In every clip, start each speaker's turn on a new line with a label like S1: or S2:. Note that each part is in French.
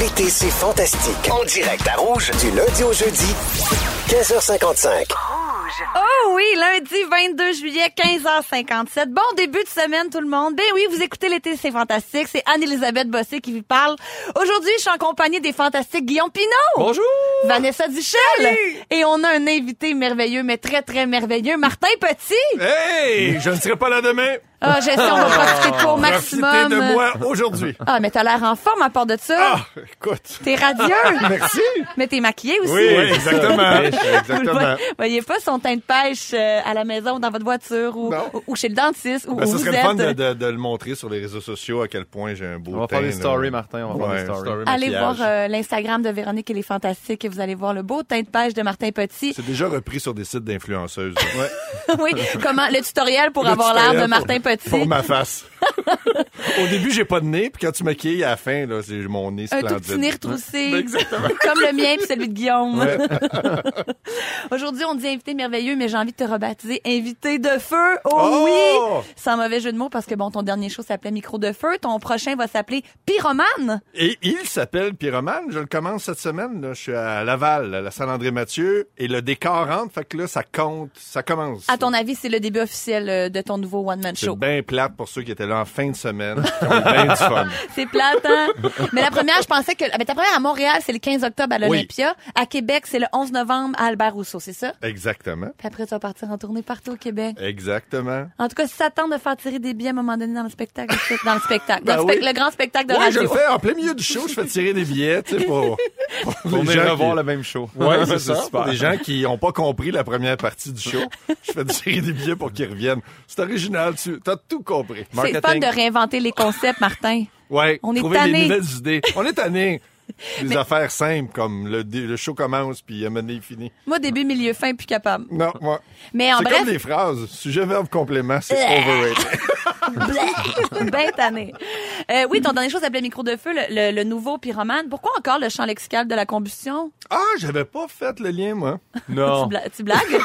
S1: L'été, c'est fantastique. En direct à Rouge, du lundi au jeudi, 15h55.
S2: Oh oui, lundi 22 juillet, 15h57. Bon début de semaine, tout le monde. Ben oui, vous écoutez l'été, c'est fantastique. C'est Anne-Elisabeth Bossé qui vous parle. Aujourd'hui, je suis en compagnie des fantastiques Guillaume Pinot.
S3: Bonjour!
S2: Vanessa Duchel. Et on a un invité merveilleux, mais très, très merveilleux, Martin Petit.
S3: Hey! Je ne serai pas là demain.
S2: Ah, gestion, on va profiter de toi au maximum.
S3: Profitez de moi aujourd'hui.
S2: Ah, mais t'as l'air en forme à part de ça.
S3: Ah, écoute.
S2: T'es radieux.
S3: Merci.
S2: Mais t'es maquillé aussi.
S3: Oui, exactement.
S2: Vous le
S3: exactement.
S2: voyez- voyez pas son teint de pêche euh, à la maison, dans votre voiture ou,
S3: Non.
S2: ou- ou chez le dentiste ou où
S3: Ben, ce
S2: vous
S3: serait le
S2: êtes.
S3: fun de, de- de le montrer sur les réseaux sociaux à quel point j'ai un beau
S4: On va
S3: teint,
S4: faire des
S3: là.
S4: stories, Martin. On va faire
S3: Ouais,
S4: des stories.
S3: story
S2: Allez
S3: maquillage.
S2: voir euh, l'Instagram de Véronique et les Fantastiques et vous allez voir le beau teint de pêche de Martin Petit.
S3: C'est déjà repris sur des sites d'influenceuses. Ouais.
S2: oui, comment le tutoriel pour
S3: Le
S2: avoir
S3: tutoriel
S2: l'air de
S3: pour-
S2: Martin Petit.
S3: Pour ma face. Au début, j'ai pas de nez, puis quand tu maquilles à la fin, là, c'est mon nez
S2: Un
S3: splendide.
S2: tout petit nez retroussé,
S3: Ben, exactement.
S2: comme le mien puis celui de Guillaume. Aujourd'hui, on dit invité merveilleux, mais j'ai envie de te rebaptiser invité de feu. Oh,
S3: Oh!
S2: oui! Sans mauvais jeu de mots, parce que bon, ton dernier show s'appelait Micro de feu, ton prochain va s'appeler Pyromane.
S3: Et il s'appelle Pyromane. Je le commence cette semaine. Là. Je suis à Laval, à la Saint-André-Mathieu, et le décor rentre. Fait que là, ça compte, ça commence.
S2: À ton avis, c'est le début officiel euh, de ton nouveau one-man
S3: C'est
S2: show.
S3: bien plate pour ceux qui étaient là en fin de semaine. Ils ont eu bien du fun.
S2: C'est plate, hein? Mais la première, je pensais que... ah, Mais ta première à Montréal, c'est le 15 octobre à l'Olympia. À Québec, c'est le 11 novembre à Albert Rousseau, c'est ça?
S3: Exactement.
S2: Puis après, tu vas partir en tournée partout au Québec.
S3: Exactement.
S2: En tout cas, si t'attends de faire tirer des billets à un moment donné dans le spectacle, écoute, dans le spectacle, dans
S3: Ben
S2: le, spec-
S3: oui.
S2: le grand spectacle de
S3: Oui, je
S2: radio.
S3: le fais en plein milieu du show. Je fais tirer des billets, tu sais, pour, pour
S4: On
S3: les
S4: est
S3: gens
S4: revoir
S3: qui-
S4: le même show.
S3: Ouais, c'est ça. Pour
S4: super.
S3: des gens qui n'ont pas compris la première partie du show, je fais tirer des billets pour qu'ils reviennent. C'est original, tu as tout compris.
S2: C'est fun de réinventer les concepts, Martin.
S3: Ouais,
S2: On est
S3: trouver
S2: tanné.
S3: des nouvelles idées. On est tanné. Des affaires simples comme le, dé- le show commence puis amener fini.
S2: Moi, début, milieu, fin, plus capable.
S3: Non, moi.
S2: Mais en
S3: C'est
S2: bref-
S3: comme des phrases. Sujet, verbe, complément, c'est overrated.
S2: ben tanné. Euh, oui, ton dernier chose s'appelait Micro de feu, le, le- le nouveau pyromane. Pourquoi encore le champ lexical de la combustion?
S3: Ah, j'avais pas fait le lien, moi.
S2: Tu,
S4: Non.
S2: bla- tu blagues?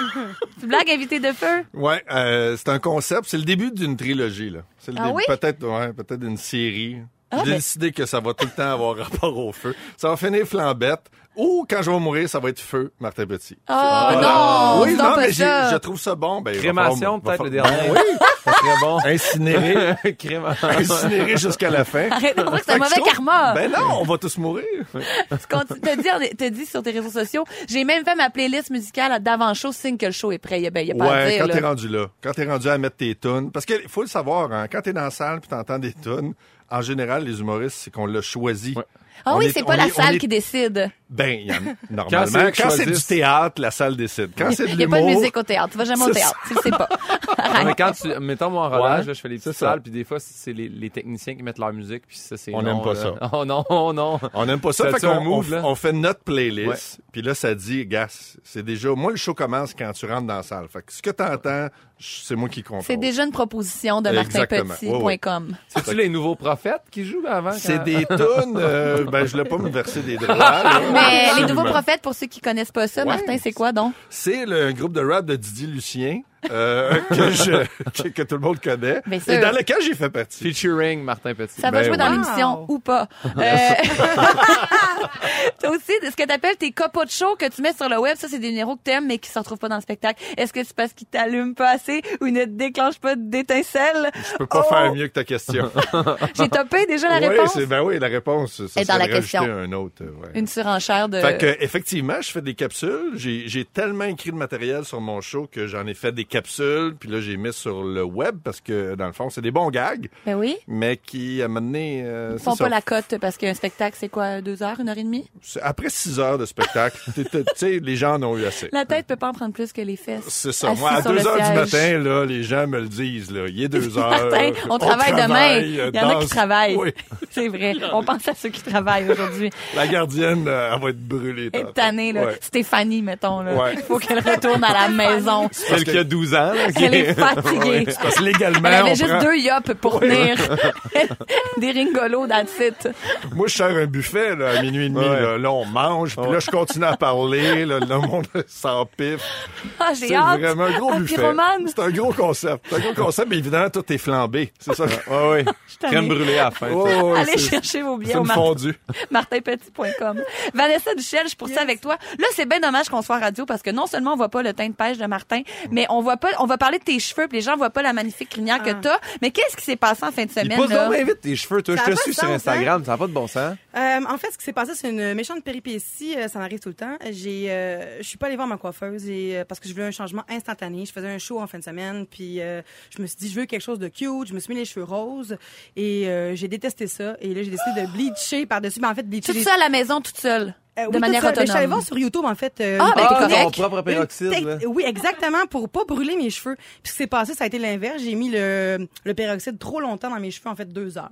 S2: tu blagues, invité de feu?
S3: Ouais, euh, c'est un concept. C'est le début d'une trilogie, là. C'est le
S2: Ah
S3: début.
S2: oui?
S3: Peut-être, ouais, peut-être d'une série.
S2: Ah,
S3: J'ai
S2: ben-
S3: décidé que ça va tout le temps avoir rapport au feu. Ça va finir flambette. Ou quand je vais mourir, ça va être feu, Martin Petit.
S2: Oh,
S3: Voilà.
S2: non!
S3: Ah. oui,
S2: dis donc
S3: non,
S2: pas
S3: mais j'ai-
S2: ça.
S3: je trouve ça bon. Ben, il va
S4: Crémation,
S3: falloir- va
S4: peut-être, le
S3: falloir-
S4: dernier.
S3: Ben oui,
S4: Ça serait bon.
S3: incinéré.
S4: Crémation.
S3: incinéré jusqu'à la fin.
S2: Arrête, on dirait que c'est un
S3: Fait que je
S2: mauvais
S3: trouve-
S2: karma.
S3: Ben non, on va tous mourir.
S2: Tu continues- t'as dit, en- t'as dit sur tes réseaux sociaux, j'ai même fait ma playlist musicale à d'avant-show, signe que le show est prêt. Il y a, ben, il y a pas à
S3: Ouais,
S2: dire,
S3: quand t'es
S2: là.
S3: rendu là, quand t'es rendu à mettre tes tunes, parce qu'il faut le savoir, hein, quand t'es dans la salle puis t'entends des tunes, en général, les humoristes, c'est qu'on l'a choisi.
S2: Ah
S3: On
S2: oui,
S3: est-
S2: c'est pas
S3: on
S2: la
S3: est- on
S2: salle
S3: est-
S2: qui décide.
S3: Ben, y en-
S4: Quand c'est eux
S3: normalement,
S4: qui
S3: quand c'est du
S4: choisissent.
S3: théâtre, la salle décide. Quand Ah, c'est de
S2: Il y a pas de
S3: l'humour,
S2: musique au théâtre. Tu vas jamais au
S3: C'est
S2: théâtre. Tu le sais pas.
S4: Non, mais quand tu, mettons, moi, en rodage,
S3: Ouais,
S4: là, je fais les
S3: c'est
S4: petites
S3: ça.
S4: salles, puis des fois, c'est les, les techniciens qui mettent leur musique, puis ça, c'est.
S3: On
S4: non,
S3: aime pas
S4: là.
S3: ça.
S4: Oh non, oh non.
S3: on n'aime pas ça.
S4: Ça
S3: Fait
S4: tue un
S3: qu'on
S4: move,
S3: on,
S4: là.
S3: on fait notre playlist. Puis là, ça dit, gars, c'est déjà... Moi, le show commence quand tu rentres dans la salle. Fait que ce que t'entends, je- c'est moi qui contrôle.
S2: C'est déjà une proposition de
S3: Exactement.
S2: martinpetit.com.
S4: C'est-tu les nouveaux prophètes qui jouent avant?
S3: C'est
S4: quand-
S3: des tunes. euh, ben, je l'ai pas me verser des droits. là.
S2: Mais les
S3: Absolument.
S2: nouveaux prophètes, pour ceux qui connaissent pas ça,
S3: Ouais.
S2: Martin, c'est quoi donc?
S3: C'est le groupe de rap de Didier Lucien euh, que, je- que, que tout le monde connaît
S2: Bien sûr.
S3: et dans lequel j'ai fait partie.
S4: Featuring Martin Petit.
S2: Ça va
S3: Ben
S2: jouer dans
S3: oui.
S2: l'émission ou pas. Euh, T'as aussi ce que t'appelles tes copas de show que tu mets sur le web. Ça, c'est des numéros que t'aimes, mais qui se retrouvent pas dans le spectacle. Est-ce que c'est parce qu'ils t'allument pas assez ou ils ne te déclenchent pas d'étincelles?
S3: Je peux pas
S2: Oh!
S3: faire mieux que ta question.
S2: J'ai topé déjà la
S3: oui,
S2: réponse.
S3: c'est ben oui, la réponse. Ça,
S2: Et dans
S3: c'est
S2: la
S3: de
S2: question.
S3: rajouter Un autre, euh, ouais.
S2: Une euh, surenchère de...
S3: Fait que, effectivement, je fais des capsules. J'ai j'ai tellement écrit de matériel sur mon show que j'en ai fait des capsules. Puis là, j'ai mis sur le web parce que, dans le fond, c'est des bons gags,
S2: Ben oui.
S3: mais qui, à un moment donné... euh,
S2: Ils
S3: c'est
S2: font
S3: ça.
S2: pas la cote parce qu'un spectacle, c'est quoi, deux heures, une heure et demie?
S3: C'est- Après six heures de spectacle, t'es- t'es- tu sais, les gens en ont eu assez.
S2: La tête peut pas en prendre plus que les fesses.
S3: C'est ça.
S2: Assis
S3: Moi, à
S2: sur le
S3: 2 heures du
S2: siège.
S3: matin, là, les gens me le disent. Là. Il est 2 heures.
S2: Martin, on travaille demain.
S3: travaille,
S2: Il y en
S3: euh,
S2: a qui
S3: danse.
S2: travaillent.
S3: Oui.
S2: C'est vrai. On pense à ceux qui travaillent aujourd'hui.
S3: La gardienne, euh, elle va être brûlée.
S2: Elle est
S3: tantôt.
S2: tannée, là.
S3: Ouais.
S2: Stéphanie, mettons, là.
S3: Ouais.
S2: Faut qu'elle retourne à la maison.
S3: Parce
S4: Celle qui a
S3: que-
S4: 12 12 ans. là, qui-
S2: Elle est fatiguée.
S3: Parce que légalement,
S2: Elle avait
S3: on
S2: juste
S3: prend-
S2: deux yops pour tenir des ringolos dans le site.
S3: moi, je sers un buffet là, à minuit et demi.
S4: Ouais.
S3: Là, Là, on mange, puis là, je continue à parler. Là, le monde s'en piffe.
S2: Ah, j'ai
S3: C'est
S2: hâte.
S3: vraiment un gros
S2: Ah,
S3: buffet.
S2: pyromane.
S3: C'est un gros concept. C'est un gros concept, mais évidemment, tout est flambé. C'est ça. que-
S4: Ah oui.
S2: tannée.
S4: Crème brûlée à la fin.
S3: Oh,
S4: ça.
S3: ouais,
S2: Allez
S3: c'est-
S2: chercher vos
S3: c'est
S2: billets au
S3: une
S2: marché.
S3: fondue.
S2: martinpetit.com. Vanessa Duchel, je poursuis avec toi. Là, c'est bien dommage qu'on soit à radio parce que non seulement on voit pas le teint de pêche de Martin, mais on voit pas, on va parler de tes cheveux puis les gens voient pas la magnifique crinière que t'as. Mais qu'est-ce qui s'est passé en fin de
S4: Il
S2: semaine?
S4: pousse
S2: là?
S4: donc bien vite tes cheveux, toi.
S5: Ça
S4: je
S5: a
S4: te
S5: pas
S4: suis
S5: de
S4: sur
S5: sens,
S2: hein?
S4: Instagram, ça n'a pas de bon sens.
S5: Euh, en fait, ce qui s'est passé, c'est une méchante péripétie. euh, ça m'arrive tout le temps. J'ai, euh, je suis pas allée voir ma coiffeuse et, euh, parce que je voulais un changement instantané. Je faisais un show en fin de semaine, puis euh, je me suis dit, je veux quelque chose de cute. Je me suis mis les cheveux roses et euh, j'ai détesté ça. Et là, j'ai décidé de bleacher par-dessus. Mais en fait, bleacher.
S2: Toute
S5: les-
S2: seule à la maison, toute seule.
S5: Euh, oui,
S2: de
S5: tout
S2: manière
S5: ça. Mais Je suis allée
S2: autonome.
S5: voir sur YouTube, en fait. euh,
S2: Ah, ben, t'es
S4: Ah,
S2: correct.
S4: ton propre
S5: Une
S4: peroxyde.
S5: tec-
S4: là.
S5: Oui, exactement, pour pas brûler mes cheveux. Puis ce qui s'est passé, ça a été l'inverse. J'ai mis le, le peroxyde trop longtemps dans mes cheveux, en fait deux heures.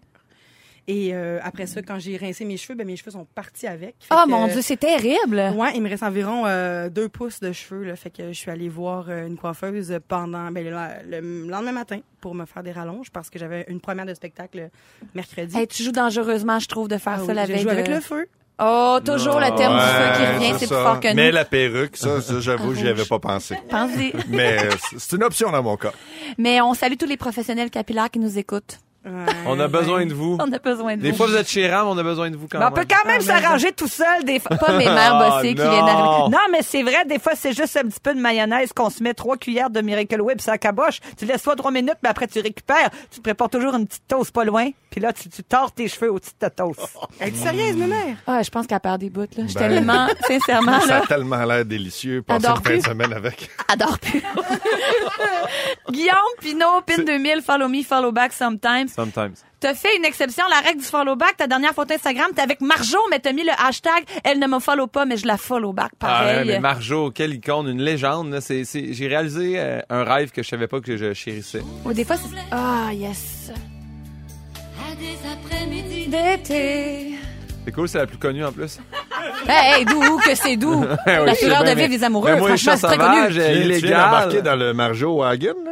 S5: Et euh, après ça, quand j'ai rincé mes cheveux, ben, mes cheveux sont partis avec. Fait
S2: Oh
S5: que-
S2: mon dieu, c'est terrible.
S5: Ouais, il me reste environ euh, deux pouces de cheveux, là, fait que je suis allée voir euh, une coiffeuse pendant ben, le, le lendemain matin pour me faire des rallonges parce que j'avais une première de spectacle mercredi.
S2: Hey, tu joues dangereusement, je trouve, de faire ça
S5: Ah oui,
S2: la
S5: je
S2: veille.
S5: joue
S2: de-
S5: avec le feu.
S2: Oh, toujours le thème du feu qui
S3: Ouais,
S2: revient, c'est plus
S3: ça.
S2: fort que
S3: Mais
S2: nous. Ah
S3: la perruque, ça, ça, j'avoue, j'y avais pas pensé.
S2: Pensez.
S3: Mais euh, c'est- c'est une option dans mon cas.
S2: Mais on salue tous les professionnels capillaires qui nous écoutent.
S5: Euh,
S4: On a besoin de vous.
S2: On a besoin de
S4: Des
S2: vous.
S4: fois, vous êtes chez RAM, on a besoin de vous quand
S2: Ben,
S4: même.
S2: on peut quand même
S5: Ah, mais-
S2: s'arranger tout seul des fois. Pas mes mères bossées qui
S4: non.
S2: viennent arriver.
S6: Non, mais c'est vrai, des fois, c'est juste un petit peu de mayonnaise qu'on se met trois cuillères de Miracle Whip ça caboche. Tu laisses ça trois minutes, mais après, tu récupères. Tu te prépares toujours une petite toast pas loin. Puis là, tu, tu tords tes cheveux au-dessus de ta toast.
S5: Es-tu sérieuse, ma mère?
S2: Ah, je pense qu'elle perd des bouts, là. Je suis
S3: Ben.
S2: tellement, sincèrement,
S3: Ça
S2: là,
S3: a tellement l'air délicieux. Passer
S2: Adore
S3: une fin de
S2: plus.
S3: semaine avec.
S2: adore plus. Guillaume Pinot, Pin 2000, Follow Me, Follow Back Sometimes.
S4: Sometimes.
S2: T'as fait une exception, la règle du follow back. Ta dernière photo Instagram, t'es avec Marjo, mais t'as mis le hashtag Elle ne me follow pas, mais je la follow back.
S4: Ah ouais,
S2: Pareil.
S4: mais Marjo, quelle icône, une légende. là. C'est- c'est- J'ai réalisé euh, un rêve que je savais pas que je chérissais.
S2: Ou des fois, c'est. Ah, yes.
S7: à des après-midi
S2: D'été.
S4: C'est cool, c'est la plus connue en plus.
S2: Hey, hey, doux, que c'est doux.
S4: oui,
S2: la
S4: c'est
S2: fureur de
S4: bien,
S2: vivre
S4: mais-
S2: des amoureux,
S4: mais moi,
S2: franchement,
S4: chat
S2: c'est très connu.
S4: sauvage, euh,
S3: Tu viens- Tu viens d'embarquer
S4: illégal.
S3: dans le Marjo Wagon, là?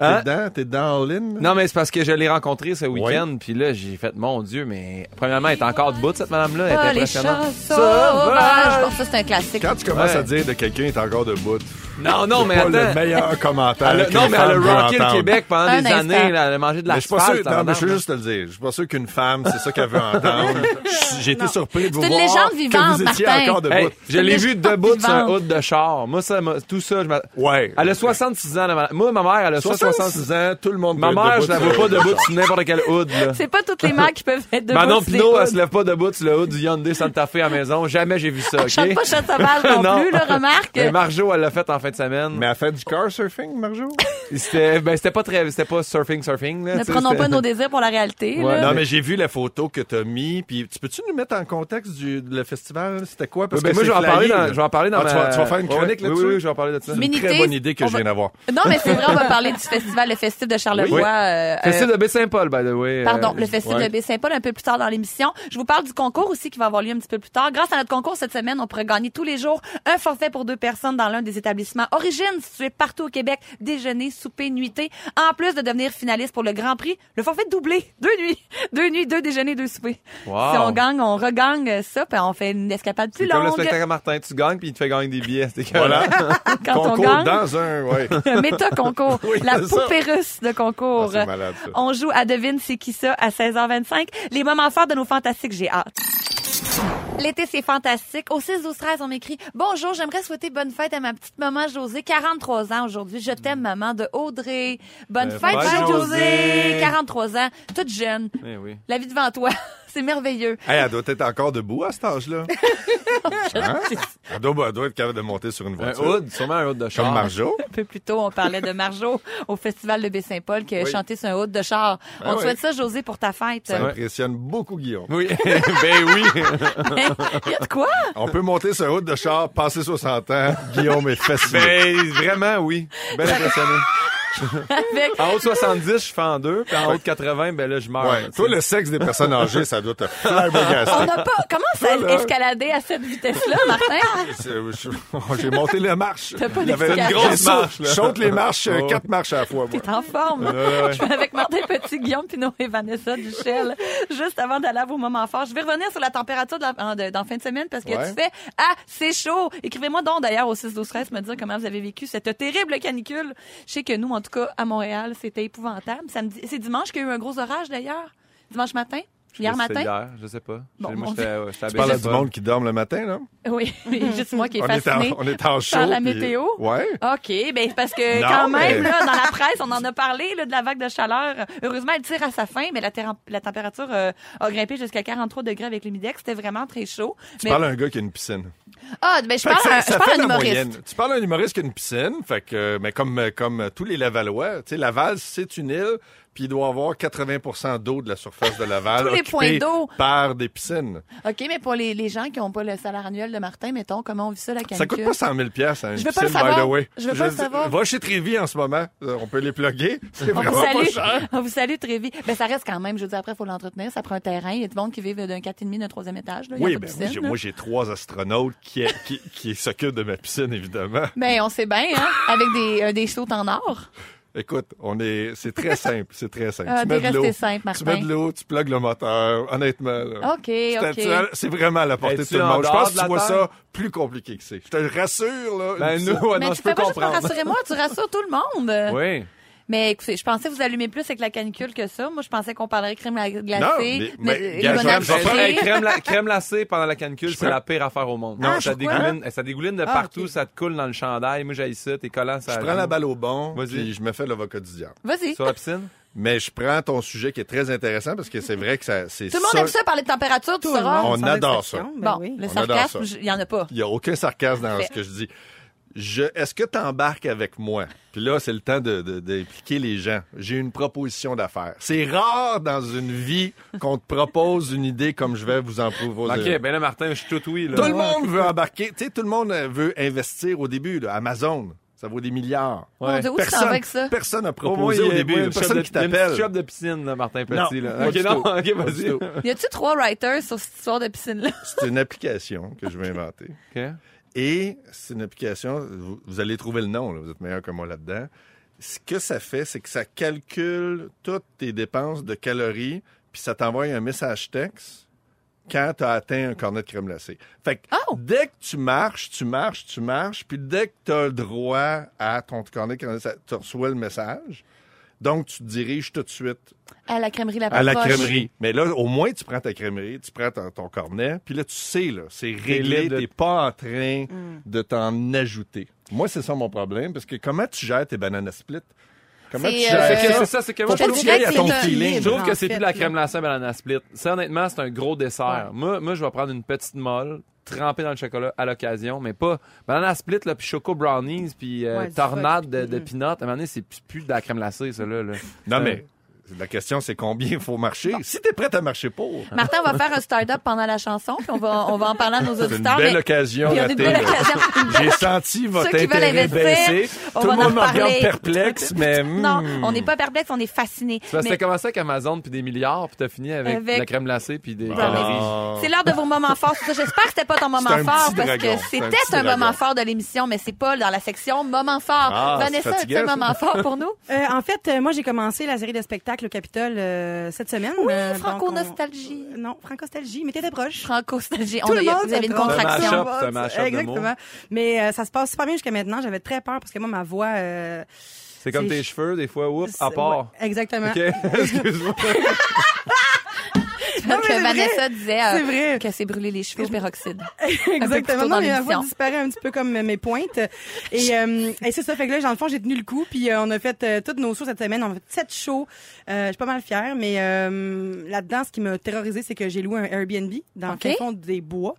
S4: Hein?
S3: T'es dedans? T'es dedans all in?
S4: Non, mais c'est parce que je l'ai rencontrée ce week-end, puis là, j'ai fait, mon Dieu, mais premièrement, elle est encore debout, cette madame-là. Elle
S2: Ah,
S4: est
S2: les
S4: impressionnante.
S2: chats sauvages. Bon, ça, c'est un classique.
S3: Quand tu commences
S4: Ouais.
S3: à dire de quelqu'un il est encore debout,
S4: Non, non, mais
S3: c'est pas le
S4: attends.
S3: meilleur commentaire.
S4: Elle a-
S3: qu'une
S4: non, mais elle
S3: femme peut
S4: a rocké le
S3: entendre.
S4: Québec pendant
S2: Un
S4: des
S2: instant.
S4: années. là, elle a mangé de
S3: Mais
S4: la
S3: je suis pas sûr, non, mais je veux juste te le dire. Je suis pas sûr qu'une femme, c'est ça qu'elle veut entendre. J'ai été surpris de vous
S2: C'est une
S3: voir
S2: légende
S3: que
S2: vivante,
S3: vous étiez
S2: Martin.
S3: encore debout.
S4: Hey, je l'ai
S2: Mais je-
S4: vue debout sur un
S2: vivante.
S4: hood de char. Moi, ça, m'a- tout ça, je m'a-
S3: Ouais.
S4: Elle a 66 ans, la madame. Moi, ma mère, elle a soit 66
S3: 66
S4: ans.
S3: ans, tout le monde
S4: Ma
S3: peut être
S4: mère,
S3: debout
S4: je la
S3: sur
S4: vois pas
S3: le-
S4: debout sur n'importe quel hood, là.
S2: C'est pas toutes les mères qui peuvent être debout.
S4: Manon
S2: sur des
S4: Pinot, Bah elle
S2: hoods.
S4: se lève pas debout sur le haut du Hyundai Santa Fe à la maison. Jamais j'ai vu ça, OK?
S2: Chante pas chat sauvage non,
S4: Non.
S2: plus, là, remarque.
S4: Mais Marjo, elle l'a fait en fin de semaine.
S3: Mais elle fait du car surfing, Marjo?
S4: C'était ben, c'était pas très c'était pas surfing surfing là,
S2: ne
S4: tu sais,
S2: prenons
S4: c'était- ben,
S2: pas nos désirs pour la réalité. là.
S4: Ouais.
S3: Non, mais j'ai vu la photo que t'as mis. Puis, tu peux-tu nous mettre en contexte du le festival? C'était quoi?
S4: Ouais, ben, moi
S3: c'est
S4: je vais en parler
S3: flyé,
S4: dans
S3: là.
S4: je vais en parler dans
S3: Ah,
S4: ma...
S3: tu, vas, tu vas faire une
S4: Ouais,
S3: chronique
S4: oui,
S3: là-dessus?
S4: Oui oui, je vais en parler de ça.
S2: Mais-
S3: Une
S2: Minité,
S3: très bonne idée que
S2: on
S3: je viens
S2: va-
S3: d'avoir.
S2: Non, mais c'est vrai, on va parler du festival, le festif de Charlevoix.
S4: Oui.
S2: euh, euh,
S4: Festival de Baie-Saint-Paul by the way. euh,
S2: Pardon, le festival
S4: ouais.
S2: de Baie-Saint-Paul un peu plus tard dans l'émission. Je vous parle du concours aussi qui va avoir lieu un petit peu plus tard. Grâce à notre concours cette semaine, on pourrait gagner tous les jours un forfait pour deux personnes dans l'un des établissements Origine situé partout au Québec, déjeuner, souper, nuitée. En plus de devenir finaliste pour le Grand Prix, le forfait doublé, deux nuits, deux nuits, deux déjeuners, deux soupers.
S4: Wow.
S2: Si on gagne, on regagne ça, puis on fait une escapade plus
S4: C'est comme le
S2: longue.
S4: spectacle à Martin, tu gagnes puis il te fait gagner des billets, c'est écœurant.
S3: Voilà.
S2: Quand on
S3: Concours
S2: gagne,
S3: dans un, ouais.
S2: un méta concours,
S3: Oui,
S2: la
S3: c'est ça.
S2: poupée russe de concours.
S3: Ah, c'est malade, ça.
S2: on joue à devine c'est qui ça à 16h25. Les moments forts de nos fantastiques, j'ai hâte. L'été, c'est fantastique. Au 6 12 13, on m'écrit « Bonjour, j'aimerais souhaiter bonne fête à ma petite maman Josée, 43 ans aujourd'hui. Je t'aime, maman, de Audrey. Bonne
S4: Ben,
S2: fête,
S4: bonne
S2: chère
S4: Josée.
S2: Josée, 43 ans, toute jeune.
S4: Eh oui.
S2: La vie devant toi, c'est merveilleux.
S3: Hey, elle doit être encore debout à cet âge-là. Hein? Elle, doit, elle doit être capable de monter sur une
S4: Un
S3: voiture.
S4: hood, sûrement un hood de
S3: Comme
S4: char.
S3: Marjo.
S2: Un peu plus tôt, on parlait de Marjo au Festival de Baie-Saint-Paul qui a
S3: Oui.
S2: chanté sur un haut de char. on te
S3: oui.
S2: souhaite ça, Josée, pour ta fête.
S3: Ça impressionne beaucoup Guillaume.
S4: Oui, ben oui.
S2: Il y a de quoi?
S3: On peut monter sur un route de char, passer 60 ans. Guillaume est fasciné.
S4: Ben vraiment oui. Ben impressionné.
S2: Avec-
S4: En haut de 70, je fais en deux, puis en haut de 80, ben là, je meurs.
S3: Ouais.
S4: tu
S3: Toi,
S4: sais.
S3: le sexe des personnes âgées, ça doit te
S2: On
S3: flabbergaster.
S2: n'a pas. Comment ça
S3: Voilà.
S2: a escaladé à cette vitesse-là, Martin?
S3: C'est- euh, je- oh, J'ai monté les marches.
S2: T'as pas
S3: Il y avait
S2: d'explication.
S4: Une grosse marche, là.
S3: Je saute les marches, euh,
S4: Oh.
S3: quatre marches à la fois. moi.
S2: T'es en forme. Je suis avec Martin Petit, Guillaume Pinot et Vanessa Duchel. Juste avant d'aller à vos moments forts, je vais revenir sur la température de la, en- de- dans la fin de semaine parce que
S3: Ouais.
S2: tu fais Ah, c'est chaud. Écrivez-moi donc d'ailleurs au 6 12 13 me dire comment vous avez vécu cette terrible canicule. Je sais que nous, en tout cas, à Montréal, c'était épouvantable. Samedi- C'est dimanche qu'il y a eu un gros orage d'ailleurs. Dimanche matin?
S4: Je sais
S2: Hier
S4: pas si
S2: matin?
S4: c'était Hier, je sais pas.
S2: Bon,
S4: J'ai-
S2: mon
S4: moi, j'étais ouais, j'étais à
S3: Tu parles à du
S4: Bellefontaine.
S3: monde qui dorment le matin, là?
S2: Oui, juste moi qui est
S3: On est, en,
S2: fascinée.
S3: on est en chaud.
S2: la
S3: puis-
S2: météo?
S3: Ouais.
S2: OK, ben c'est parce que
S3: Non,
S2: quand
S3: mais-
S2: même, là, dans la presse, on en a parlé là, de la vague de chaleur. Heureusement, elle tire à sa fin, mais la, terra- la température euh, a grimpé jusqu'à 43 degrés avec l'humidex. C'était vraiment très chaud.
S3: Tu
S2: mais...
S3: parles à un gars qui a une piscine.
S2: Ah, ben je
S3: Fait que
S2: parle, à-
S3: ça-
S2: je
S3: ça
S2: parle
S3: fait
S2: à un
S3: la
S2: humoriste.
S3: moyenne. Tu parles à un humoriste qui a une piscine, fait que, euh, mais comme, euh, comme euh, tous les Lavallois, tu sais, Laval, c'est une île, puis il doit avoir 80 d'eau de la surface de Laval
S2: Tous les
S3: occupée
S2: points d'eau.
S3: par des piscines.
S2: OK, mais pour les, les gens qui n'ont pas le salaire annuel de Martin, mettons, comment on vit ça, la canicule?
S3: Ça coûte pas 100 000 piastres, hein, une
S2: Je veux pas
S3: piscine,
S2: le savoir.
S3: by the way.
S2: Je veux pas le savoir.
S3: Va chez Trévi en ce moment, Euh, on peut les plugger, c'est
S2: on
S3: vraiment
S2: vous,
S3: pas
S2: salue,
S3: cher.
S2: on vous salue très vite. Ben, ça reste quand même, je veux dire, après, il faut l'entretenir. Ça prend un terrain. Il y a du monde qui vit d'un 4,5 d'un troisième étage. Là. Il y a
S3: Oui,
S2: pas de
S3: ben oui,
S2: piscine,
S3: j'ai-
S2: là.
S3: moi j'ai trois astronautes qui, qui, qui s'occupent de ma piscine, évidemment.
S2: Ben, on sait bien, hein, avec des, euh, des sautes en or.
S3: Écoute, on est, c'est très simple, c'est très simple.
S2: Ah,
S3: tu mets
S2: t'es
S3: de l'eau,
S2: resté simple,
S3: tu
S2: Martin.
S3: mets de l'eau, tu plugues le moteur, honnêtement. là.
S2: OK,
S3: C'est-
S2: OK.
S3: c'est- C'est vraiment à la portée de
S4: Es-tu
S3: tout le
S4: en
S3: monde. Je
S4: dehors
S3: pense
S4: de
S3: que
S4: la
S3: tu vois
S4: Terre?
S3: ça plus compliqué que c'est. Je te le rassure, là.
S4: Ben,
S3: une
S4: nous,
S3: piscine.
S4: ouais,
S2: Mais
S4: non,
S2: tu
S4: je
S2: fais
S4: peux
S2: pas juste
S4: comprendre.
S2: rassurer-moi, tu rassures tout le monde.
S4: Oui.
S2: Mais écoutez, je pensais que vous allumez plus avec la canicule que ça. Moi, je pensais qu'on parlerait crème la- glacée,
S3: mais-
S2: mais-
S3: mais-
S2: et
S3: Gage,
S2: bon
S3: je vais
S2: appétit.
S3: me faire
S4: Hey, crème, la- crème glacée pendant la canicule, c'est
S3: peux-
S4: la pire affaire au monde.
S2: Ah,
S3: Non,
S4: ça,
S3: je-
S4: dégouline, ça dégouline de partout, ça te coule dans le chandail. Moi, j'ai ça, t'es collant, ça.
S3: Je prends la balle au bon,
S4: Vas-y.
S3: puis je me fais l'avocat du diable.
S2: Vas-y.
S4: Sur la piscine?
S3: Mais je prends ton sujet qui est très intéressant parce que c'est vrai que ça, c'est
S2: Tout le monde aime ça parler de température, tu sauras.
S3: monde. On
S5: sans
S3: adore
S5: exception,
S2: Bon,
S5: ben oui.
S2: le
S3: On adore
S2: sarcasme,
S3: ça.
S2: je- il y en a pas.
S3: Il n'y a aucun sarcasme dans
S2: Parfait.
S3: ce que je dis. Je, est-ce que tu embarques avec moi? Puis là, c'est le temps de, de- d'impliquer les gens. J'ai une proposition d'affaires. C'est rare dans une vie qu'on te propose une idée comme je vais vous en proposer.
S4: OK, ben là, Martin, je suis tout oui, là.
S3: Tout le monde veut embarquer. Tu sais, tout le monde euh, veut investir au début. là. Amazon, ça vaut des milliards.
S2: Mon Dieu, où tu t'en vas
S3: Personne,
S2: avec ça?
S3: personne n'a
S4: Au moins,
S3: proposé au
S4: il y a-
S3: début.
S4: il y a
S3: là.
S4: une
S3: Personne
S4: shop
S3: qui
S4: de- il y a
S3: t'appelle.
S4: une shop de piscine, là, Martin Petit.
S3: Non,
S4: là.
S3: pas
S4: OK,
S3: du
S4: non,
S3: tout.
S4: OK,
S3: Pas du
S4: vas-y.
S3: tout.
S2: Y a-tu trois writers sur cette histoire de piscine-là?
S3: C'est une application que je vais inventer.
S4: OK.
S3: Et c'est une application, vous, vous allez trouver le nom, là, vous êtes meilleur que moi là-dedans. Ce que ça fait, c'est que ça calcule toutes tes dépenses de calories, puis ça t'envoie un message texte quand tu as atteint un cornet de crème glacée. Fait que
S2: Oh!
S3: dès que tu marches, tu marches, tu marches, puis dès que tu as le droit à ton cornet de crème glacée, tu reçois le message. Donc, tu te diriges tout de suite
S2: À la crèmerie, la
S3: à la
S2: Poche.
S3: crèmerie. Mais là, au moins, tu prends ta crèmerie, tu prends ton, ton cornet, puis là, tu sais, là, c'est réglé,
S4: libre de-
S3: t'es pas en train
S2: Mm.
S3: de t'en ajouter. Moi, c'est ça mon problème, parce que comment tu gères tes bananes split? Comment
S2: C'est,
S3: tu
S2: euh,
S3: gères
S4: C'est que
S3: ça?
S4: c'est ça, c'est que moi,
S3: Faut
S4: je
S3: pas
S2: te
S3: que tu
S2: dirais
S3: ailles à
S2: que
S3: ton
S2: c'est un
S3: feeling.
S4: Je trouve que
S5: en
S4: c'est
S5: fait,
S4: plus la
S5: là.
S4: crème glacée à banana split. Ça, honnêtement, c'est un gros dessert. Moi, moi, je vais prendre une petite molle, trempée dans le chocolat à l'occasion, mais pas banana split, là, puis choco brownies, puis euh,
S5: Ouais, du
S4: tornade
S5: fuck.
S4: de, de peanuts. À un moment donné, c'est plus, plus de la crème glacée, ça, là. là.
S3: Non, mais la question, c'est combien il faut marcher. Si t'es prête à marcher pour,
S2: Martin, on va faire un start-up pendant la chanson, puis on va, on va en parler à nos
S3: c'est une
S2: auditeurs.
S3: belle
S2: mais-
S3: occasion
S2: Puis on a une
S3: ratée.
S2: belle
S3: là.
S2: occasion.
S3: J'ai senti votre
S2: qui veulent
S3: intérêt
S2: investir,
S3: baisser.
S2: on
S3: Ben, Tout
S2: va
S3: le
S2: en
S3: monde me regarde
S2: reparler.
S3: perplexe, mais...
S2: Non,
S3: hmm.
S2: on n'est pas perplexe, on est fasciné.
S4: Tu vois, C'était commencé avec Amazon, puis des milliards, puis t'as fini avec,
S2: Avec-
S4: la crème glacée, puis des
S2: Brownies.
S4: calories.
S2: C'est l'heure de vos moments forts. C'est ça. J'espère que c'était pas ton moment
S3: C'est un
S2: fort
S3: petit
S2: parce
S3: dragon.
S2: que
S3: C'est un
S2: c'était
S3: petit
S2: un, moment
S3: dragon.
S2: fort de l'émission, mais c'est pas dans la section moment fort.
S3: Ah, c'est
S2: Vanessa,
S3: fatigant,
S2: as-tu un
S3: ça.
S2: moment fort pour nous?
S5: Euh, en fait, euh, moi, j'ai commencé la série de spectacles au Capitole euh, cette semaine.
S2: Oui,
S5: Euh, donc,
S2: Franco-nostalgie.
S5: on- Non, Franco-nostalgie, mais t'étais proche.
S2: Franco-nostalgie.
S5: Tout
S2: On a,
S5: le monde
S2: vous avez une
S5: a tort.
S4: C'est un
S2: contraction.
S4: match-up. c'est match-up de mots.
S5: Exactement. Mais euh, ça se passe super bien jusqu'à maintenant. J'avais très peur parce que moi, ma voix... euh,
S4: C'est comme
S5: C'est-
S4: tes cheveux, des fois, oups,
S5: c'est-
S4: à part.
S5: ouais, exactement.
S4: OK, excuse-moi.
S5: Non, mais
S2: que
S5: c'est vrai.
S2: Vanessa disait euh,
S5: C'est vrai.
S2: qu'elle s'est brûlé les cheveux au peroxyde.
S5: Exactement.
S2: dans
S5: Non, mais ma voix
S2: l'émission.
S5: disparaît un petit peu comme mes pointes. Et, euh, et c'est ça. Fait que là, dans le fond, j'ai tenu le coup. Puis euh, on a fait euh, toutes nos shows cette semaine. On a fait sept shows. Euh, je suis pas mal fière. Mais euh, là-dedans, ce qui m'a terrorisée, c'est que j'ai loué un Airbnb dans
S2: Ok.
S5: le fin fond des bois.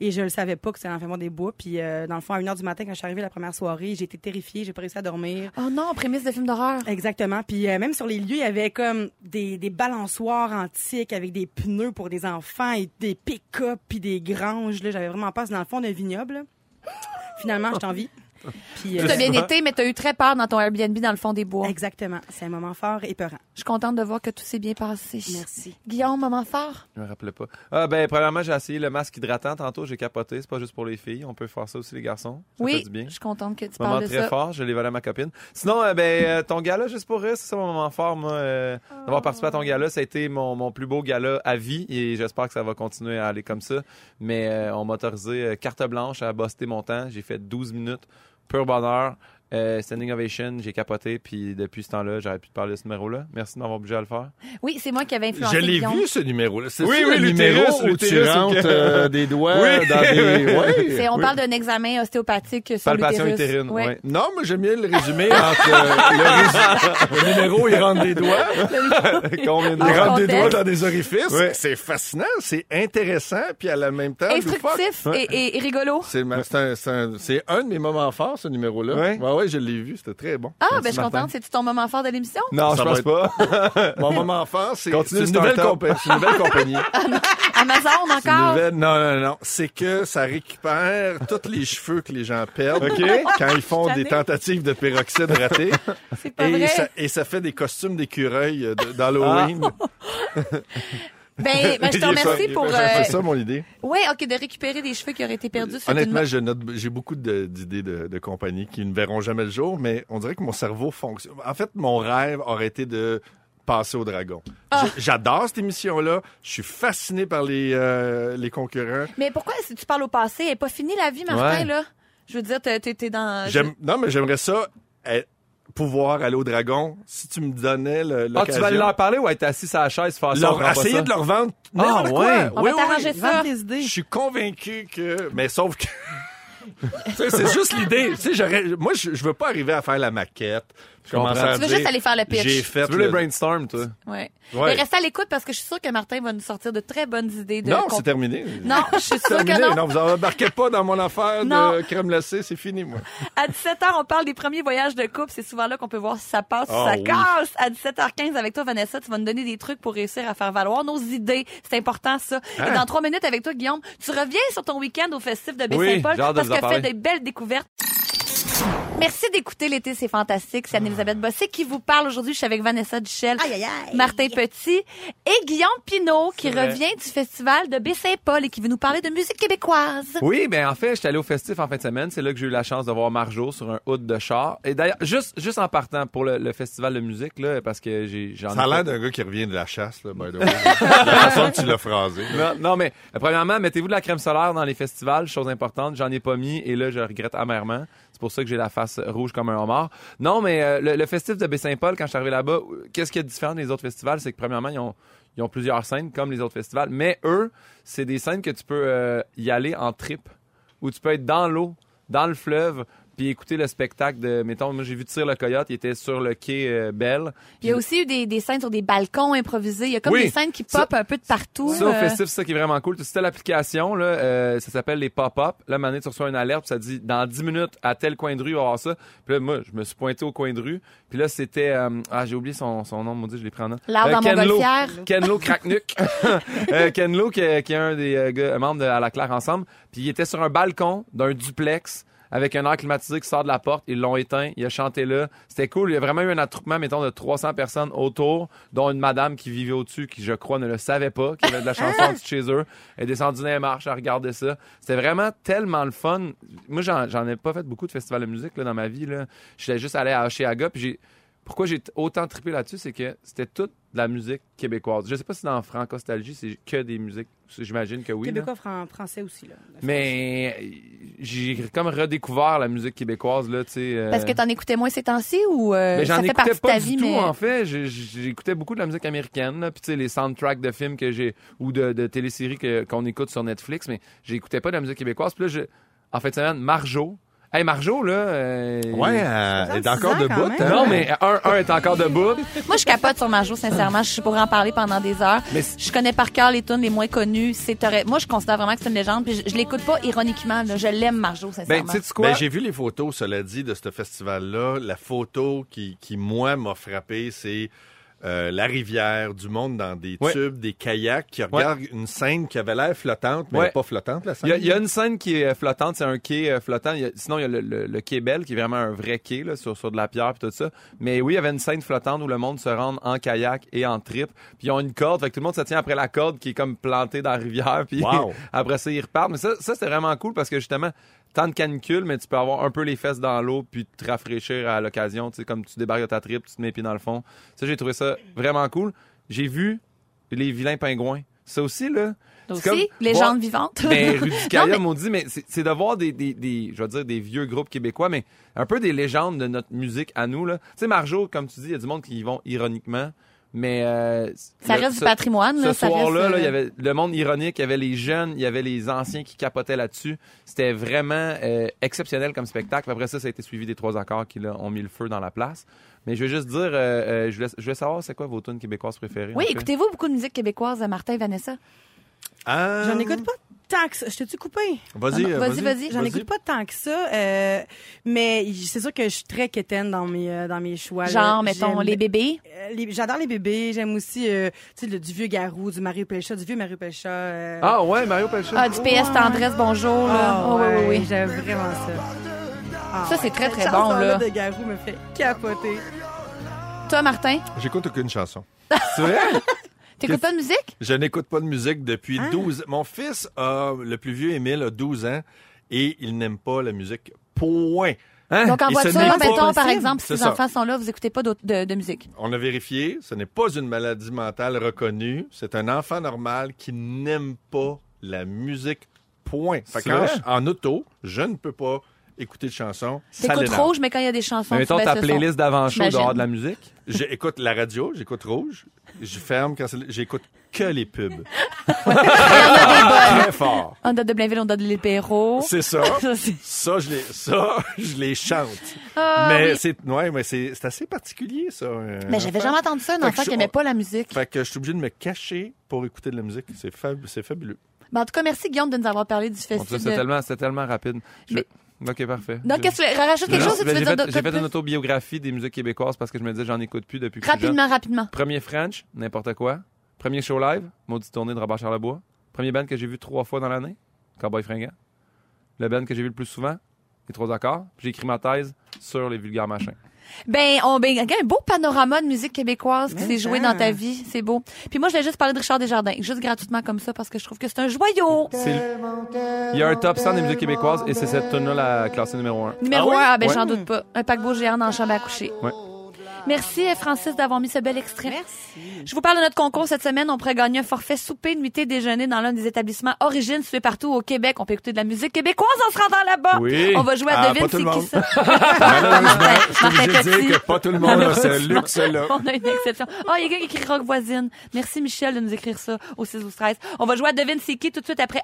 S5: Et je le savais pas que c'était dans le fin fond des bois. Puis euh, dans le fond, à 1h du matin, quand je suis arrivée la première soirée, j'ai été terrifiée. J'ai pas réussi à dormir.
S2: Oh non, prémisse de film d'horreur.
S5: Exactement. Puis euh, même sur les lieux, il y avait comme des, des balançoires antiques avec des pneus pour des enfants et des pick-up puis des granges. Là, j'avais vraiment peur. C'est dans le fond d'un vignoble. là. Finalement, je t'en vie. Puis,
S2: Tout
S5: euh,
S2: a bien été, mais t'as eu très peur dans ton Airbnb dans le fond des bois.
S5: exactement. C'est un moment fort et peurant.
S2: Je suis contente de voir que tout s'est bien passé.
S5: Merci.
S2: Guillaume, moment fort.
S4: Je me rappelais pas. Ah, ben, premièrement, j'ai essayé le masque hydratant tantôt, j'ai capoté. C'est pas juste pour les filles, on peut faire ça aussi, les garçons. Ça fait
S2: oui,
S4: du bien.
S2: je suis contente que tu
S4: Moment
S2: parles de
S4: très
S2: ça.
S4: fort, je l'ai volé à ma copine. Sinon, euh, ben, euh, ton gala, juste pour rire, c'est ça mon moment fort, moi. euh, D'avoir participé à ton gala, ça a été mon, mon plus beau gala à vie et j'espère que ça va continuer à aller comme ça. Mais euh, on m'a autorisé euh, carte blanche à bosser mon temps. J'ai fait 12 minutes, pur bonheur. euh, standing ovation, j'ai capoté, puis depuis ce temps-là, j'aurais pu te parler de ce numéro-là. Merci de m'avoir obligé à le faire.
S2: Oui, c'est moi qui avais influencé
S3: Je l'ai
S2: Guillaume.
S3: vu, ce numéro-là. C'est
S4: Oui,
S3: ça,
S4: oui,
S3: le
S4: l'utérus,
S3: numéro où tu
S4: l'utérus,
S3: rentres
S4: c'est que-
S3: euh, des doigts
S4: Oui.
S3: dans des... Ouais.
S2: C'est- on parle d'un examen ostéopathique sur
S4: Palpation
S2: l'utérus.
S4: utérine,
S2: Ouais.
S4: ouais.
S3: Non, mais j'aime bien le résumé entre euh, le, rés- le numéro, il rentre des doigts,
S4: Combien de
S2: Ah,
S3: il rentre des
S2: contexte.
S3: doigts dans des orifices.
S4: Ouais.
S3: C'est fascinant, c'est intéressant, puis à la même temps, loufoque.
S2: Instructif et, et- et rigolo.
S3: C'est ma- c'est un, c'est un- c'est un de mes moments forts, ce numéro-là.
S4: Ouais.
S3: ouais, ouais, je l'ai vu, c'était très bon.
S2: Ah, ben je suis
S4: Martin.
S2: contente. C'est-tu ton moment fort de l'émission?
S4: Non,
S3: Ça
S4: je
S3: va
S4: pense
S3: être-
S4: pas. Ah,
S3: Mon moment fort, c'est
S4: Continue,
S3: c'est une,
S4: start
S3: nouvelle
S4: up.
S3: compa- c'est une nouvelle compagnie.
S2: Amazon
S3: C'est une
S2: encore?
S3: nouvelle- Non, non, non. C'est que ça récupère tous les cheveux que les gens perdent quand ils font
S2: Je suis
S3: des
S2: tannée.
S3: tentatives de peroxyde ratées.
S2: C'est pas
S3: et,
S2: vrai.
S3: ça, et ça fait des costumes d'écureuil euh, de- d'Halloween.
S2: Ah. Ben, ben, je te remercie pour... euh,
S3: C'est ça, mon idée.
S2: Oui, OK, de récupérer des cheveux qui auraient été perdus. c'est une-
S3: Honnêtement, je note- j'ai beaucoup de- d'idées de, de compagnies qui ne verront jamais le jour, mais on dirait que mon cerveau fonctionne. En fait, mon rêve aurait été de passer au dragon. J-
S2: Ah.
S3: J'adore cette émission-là. Je suis fasciné par les, euh, les concurrents.
S2: Mais pourquoi, si tu parles au passé, elle n'est pas finie la vie, Martin,
S4: Ouais.
S2: là? Je veux dire, t'es t'es- t'es dans...
S3: J'aime- Non, mais j'aimerais ça, euh, pouvoir aller au dragon, si tu me donnais le-
S4: Ah, tu vas aller
S3: l'occasion.
S4: leur parler ou être assis à la chaise, faire ça, on
S3: leur,
S4: prend pas
S3: essayer
S4: ça?
S3: de leur vendre.
S4: Ah,
S3: n'importe
S4: ouais.
S2: On
S3: quoi.
S2: va t'arranger ça.
S5: Vendre les idées.
S3: Je suis convaincu que. Mais sauf que. Tu sais, c'est juste l'idée. Tu sais, j'aurais- Moi, je, je veux pas arriver à faire la maquette. Je
S4: comprends.
S3: commence à
S2: Tu veux
S3: dire,
S2: juste aller faire le pitch.
S3: J'ai fait.
S4: Tu veux
S3: le-
S4: les brainstorm, toi?
S2: Ouais.
S3: Ouais.
S2: Mais reste à l'écoute parce que je suis sûre que Martin va nous sortir de très bonnes idées. De
S3: Non,
S2: comp-
S3: c'est terminé.
S2: Non, je suis
S3: C'est
S2: sûre que
S3: terminé.
S2: non.
S3: Non, vous embarquez pas dans mon affaire
S2: Non.
S3: de crème glacée, c'est fini, moi.
S2: À 17h, on parle des premiers voyages de couple. C'est souvent là qu'on peut voir si ça passe, si
S3: Ah,
S2: ça
S3: oui.
S2: casse. À 17h15, avec toi, Vanessa, tu vas nous donner des trucs pour réussir à faire valoir nos idées. C'est important, ça.
S3: Hein?
S2: Et dans trois minutes, avec toi, Guillaume, tu reviens sur ton week-end au festif de
S4: Oui,
S2: Baie-Saint-Paul
S4: j'ai hâte de
S2: parce
S4: vous
S2: que tu
S4: en
S2: fait
S4: parler.
S2: des belles découvertes. Merci d'écouter l'été, c'est fantastique. C'est Anne-Elisabeth Bossé qui vous parle aujourd'hui. Je suis avec Vanessa Duchel,
S5: Aïe, aïe, aïe.
S2: Martin Petit et Guillaume Pinault qui
S4: vrai.
S2: revient du festival de Baie-Saint-Paul et qui veut nous parler de musique québécoise.
S4: Oui, ben en fait, j'étais allé au festif en fin de semaine. C'est là que j'ai eu la chance de voir Marjo sur un hood de char. Et d'ailleurs, juste, juste en partant pour le, le festival de musique, là, parce que j'ai, j'en ai
S3: Ça a
S4: fait-
S3: l'air d'un gars qui revient de la chasse, là, by the way. la façon que tu l'as phrasé.
S4: non, non, mais euh, premièrement, mettez-vous de la crème solaire dans les festivals, chose importante. J'en ai pas mis et là, je regrette amèrement. C'est pour ça que j'ai la face rouge comme un homard. Non, mais euh, le, le festif de Baie-Saint-Paul, quand je suis arrivé là-bas, euh, qu'est-ce qui est différent des autres festivals? C'est que premièrement, ils ont, ils ont plusieurs scènes comme les autres festivals, mais eux, c'est des scènes que tu peux euh, y aller en trip, où tu peux être dans l'eau, dans le fleuve, puis écouter le spectacle de, mettons, moi j'ai vu Tire le Coyote, il était sur le quai euh, Belle.
S2: Il y a aussi eu des, des scènes sur des balcons improvisés. Il y a comme
S4: Oui.
S2: des scènes qui
S4: Ça-
S2: popent un peu de partout.
S4: Ça, au
S2: Euh,
S4: festif, c'est ça qui est vraiment cool. C'était l'application, là, euh, ça s'appelle les pop-up. Là, maintenant, tu reçois une alerte, puis ça dit dans 10 minutes, à tel coin de rue, il va y avoir ça. Puis là, moi, je me suis pointé au coin de rue. Puis là, c'était. euh, ah, j'ai oublié son, son nom, mon Dieu, je l'ai pris en note. Euh,
S2: L'art dans
S4: Ken Lo.
S2: Montgolfière.
S4: Ken Lo Cracknuck. Euh, Ken Lo, qui, est- qui est un des euh, gars, membres de À la Claire Ensemble. Puis il était sur un balcon d'un duplex avec un air climatisé qui sort de la porte. Ils l'ont éteint. Il a chanté là. C'était cool. Il y a vraiment eu un attroupement, mettons, de 300 personnes autour, dont une madame qui vivait au-dessus, qui, je crois, ne le savait pas, qui avait de la chanson en dessous de chez eux. Elle est descendue dans les marches, elle regardait ça. C'était vraiment tellement le fun. Moi, j'en j'en ai pas fait beaucoup de festivals de musique là, dans ma vie. là. J'étais juste allé à Oshéaga, puis j'ai pourquoi j'ai t- autant trippé là-dessus, c'est que c'était toute de la musique québécoise. Je sais pas si dans Francostalgie, c'est que des musiques. J'imagine que oui. là.
S5: Québécois fran- français aussi, là.
S4: Mais euh, j'ai comme redécouvert la musique québécoise, là, tu sais. euh,
S2: Parce que t'en écoutais moins ces temps-ci ou euh,
S4: mais j'en
S2: ça fait
S4: écoutais
S2: partie de
S4: pas
S2: ta
S4: du
S2: vie,
S4: tout,
S2: mais
S4: en fait. J'ai- J'écoutais beaucoup de la musique américaine, là. puis tu sais, les soundtracks de films que j'ai ou de, de téléséries que- qu'on écoute sur Netflix, mais j'écoutais pas de la musique québécoise. Puis là, je, en fait, semaine, Marjo. Hey, Marjo, là. euh,
S3: Ouais, euh, elle est encore
S5: 66 ans, quand
S3: debout,
S5: même.
S3: hein?
S4: Non, mais un, un est encore debout.
S2: moi je capote sur Marjo sincèrement, je pourrais en parler pendant des heures.
S4: Mais c'est-
S2: Je connais par cœur les tunes les moins connues, c'est horri- moi je considère vraiment que c'est une légende puis je, je l'écoute pas ironiquement, là. je l'aime Marjo
S4: Ben,
S2: sincèrement.
S4: tu sais quoi?
S3: Ben, j'ai vu les photos, cela dit, de ce festival-là. La photo qui, qui moi, m'a frappé, c'est euh, la rivière, du monde dans des
S4: Ouais.
S3: tubes, des kayaks, qui regardent une scène qui avait l'air flottante, mais
S4: Ouais.
S3: elle est pas flottante, la
S4: Il y, a,
S3: scène.
S4: il y a une scène qui est euh, flottante, c'est un quai euh, flottant. Il y a- sinon, il y a le, le, le quai Belle, qui est vraiment un vrai quai là, sur, sur de la pierre et tout ça. Mais oui, il y avait une scène flottante où le monde se rend en kayak et en trip. Puis ils ont une corde, fait que tout le monde se tient après la corde qui est comme plantée dans la rivière. Puis
S3: Wow.
S4: après ça, ils repartent. Mais ça, ça c'était vraiment cool parce que justement, tant de canicule, mais tu peux avoir un peu les fesses dans l'eau puis te rafraîchir à l'occasion. Tu sais, comme tu débarques de ta trip, tu te mets les pieds dans le fond. Ça, j'ai trouvé ça vraiment cool. J'ai vu les vilains pingouins. Ça aussi, là. c'est comme
S2: Aussi,
S4: voir-
S2: légende vivante.
S4: ben, Rudicaia,
S2: Non, mais-
S4: maudit, mais c'est c'est de voir des, des, des- je vais dire, des vieux groupes québécois, mais un peu des légendes de notre musique à nous, là. Tu sais, Marjo, comme tu dis, il y a du monde qui y vont ironiquement, mais... euh,
S2: Ça
S4: le-
S2: reste
S4: ce-
S2: du patrimoine, là.
S4: Ce
S2: ça reste,
S4: soir-là, là,
S2: euh,
S4: il y avait le monde ironique, il y avait les jeunes, il y avait les anciens qui capotaient là-dessus. C'était vraiment euh, exceptionnel comme spectacle. Après ça, ça a été suivi des trois accords qui là, ont mis le feu dans la place. Mais je veux juste dire, euh, euh, je, voulais, je voulais savoir c'est quoi vos tunes québécoises préférées.
S2: Oui,
S4: en fait.
S2: écoutez-vous beaucoup de musique québécoise, Martin et Vanessa?
S3: Ah,
S5: J'en écoute pas tant que ça. Je t'ai-tu coupé?
S3: Vas-y,
S2: Ah non,
S3: euh,
S2: vas-y,
S3: vas-y,
S2: vas-y.
S5: J'en écoute pas tant que ça, euh, mais c'est sûr que je suis très quétaine dans mes, euh, dans mes choix. là.
S2: Genre, mettons,
S5: J'aime-
S2: les bébés.
S5: euh, les- J'adore les bébés. J'aime aussi euh, tu sais, le- du vieux Garou, du Mario Pelcha, du vieux Mario Pelcha. euh,
S4: Ah ouais, Mario Pelcha.
S2: Ah, du PS Tendresse, bonjour, là.
S5: ah
S2: Oh, oui, oui,
S5: ouais,
S2: oui.
S5: J'aime vraiment ça. Ah
S2: Ça,
S5: ouais,
S2: c'est très,
S5: cette
S2: très bon, là.
S5: chanson-là de Garou me fait capoter.
S2: Toi, Martin,
S3: J'écoute aucune chanson.
S4: C'est vrai?
S2: t'écoutes pas de musique?
S3: Je n'écoute pas de musique depuis 12 Mon fils, a, le plus vieux, Émile, a 12 ans et il n'aime pas la musique. Point.
S4: Hein?
S2: Donc, en
S3: il se
S2: voiture,
S3: met pas
S2: mettons, par
S3: possible.
S2: exemple, si
S3: C'est
S2: les
S3: ça.
S2: enfants sont là, vous écoutez pas d'autre- de, de musique.
S3: On a vérifié, ce n'est pas une maladie mentale reconnue. C'est un enfant normal qui n'aime pas la musique. Point. Fait
S4: C'est
S3: qu'en-
S4: vrai?
S3: en auto, je ne peux pas écouter de chansons. Ça
S2: T'écoutes
S3: l'énerve.
S2: rouge, mais quand il y a des chansons,
S4: Mais
S2: tu
S4: mettons
S2: baisses
S4: ta
S2: le son.
S4: playlist d'avant-show
S2: Ben, J'imagine.
S4: dehors de la musique.
S3: J'écoute la radio, j'écoute rouge, je ferme quand c'est- j'écoute que les pubs. Très fort.
S2: On date de Blainville, on date de l'île Perrault.
S3: C'est ça.
S2: Ah. Ça, c'est-
S3: Ça, je les, ça, je les chante.
S2: Ah,
S3: mais
S2: oui.
S3: c'est, ouais, mais c'est, c'est assez particulier, ça. euh,
S2: Mais j'avais
S3: enfant.
S2: jamais entendu ça, un
S3: Fait que
S2: enfant
S3: je-
S2: qui aimait pas la musique.
S3: Fait que je suis obligé de me cacher pour écouter de la musique. C'est, fab- c'est fabuleux.
S2: Ben, en tout cas, merci Guillaume de nous avoir parlé du
S4: En tout cas,
S2: festival.
S4: C'est tellement, c'est tellement rapide. Je- Ok, parfait.
S2: Donc, qu'est-ce que tu veux- rajoute quelque
S4: Non,
S2: chose ou tu
S4: ben,
S2: veux
S4: j'ai
S2: dire
S4: fait,
S2: d'autres
S4: j'ai fait une
S2: trucs?
S4: autobiographie des musiques québécoises parce que je me disais j'en écoute plus depuis que je suis jeune.
S2: Rapidement, rapidement.
S4: Premier French, n'importe quoi. Premier show live, maudit tournée de Robert Charlebois. Premier band que j'ai vu trois fois dans l'année, Cowboy Fringant. Le band que j'ai vu le plus souvent, les trois accords. Puis J'ai écrit ma thèse sur les vulgaires machins.
S2: Ben, on ben, regarde, un beau panorama de musique québécoise qui
S5: Mais
S2: s'est joué
S5: ça.
S2: dans
S3: hein.
S2: ta vie. C'est beau. Puis moi, je voulais juste parler de Richard Desjardins, juste gratuitement comme ça, parce que je trouve que c'est un joyau.
S4: C'est le- Il y a un top 100 des musiques québécoises et c'est cette tune là la classée numéro 1.
S2: Numéro
S3: Ah oui?
S2: un, ah ben,
S4: Ouais.
S2: j'en doute pas. Un paquebot géant dans la chambre à coucher.
S4: Ouais.
S2: Merci, euh, Francis, d'avoir mis ce bel extrait.
S5: Merci.
S2: Je vous parle de notre concours cette semaine. On pourrait gagner un forfait souper, nuitée, déjeuner dans l'un des établissements Origine situés partout au Québec. On peut écouter de la musique québécoise en se rendant là-bas.
S4: Oui.
S2: On va jouer à
S3: Ah,
S2: devine
S3: pas tout le
S2: c'est qui
S3: monde.
S2: ça.
S3: Malheureusement,
S2: Martin-
S3: je suis obligé
S2: Martin
S3: de
S2: Petit.
S3: dire que pas tout le monde a ce
S2: Malheureusement.
S3: luxe-là.
S2: On a une exception. Oh, il y a quelqu'un qui écrit Rock voisine. Merci Michel de nous écrire ça au 6 ou 13. On va jouer à Devine c'est qui tout de suite après.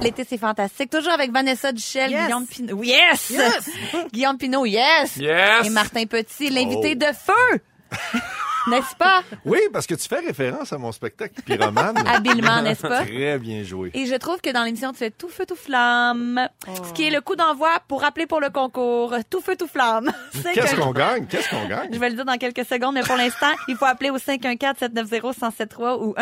S2: L'été, c'est fantastique. Toujours avec Vanessa Duchel,
S5: Yes.
S2: Guillaume Pinot. Yes! Guillaume Pinot, yes!
S4: Yes!
S2: Et Martin Petit, l'invité
S3: Oh.
S2: de feu! n'est-ce pas?
S3: Oui, parce que tu fais référence à mon spectacle Pyromane.
S2: Habilement, n'est-ce pas?
S3: Très bien joué.
S2: Et je trouve que dans l'émission, tu es tout feu, tout flamme. Ce qui est le coup d'envoi pour rappeler pour le concours. Tout feu, tout flamme. C'est
S3: Qu'est-ce
S2: que-
S3: qu'on gagne? Qu'est-ce qu'on gagne?
S2: Je vais le dire dans quelques secondes, mais pour l'instant, il faut appeler au 514-790-1073 ou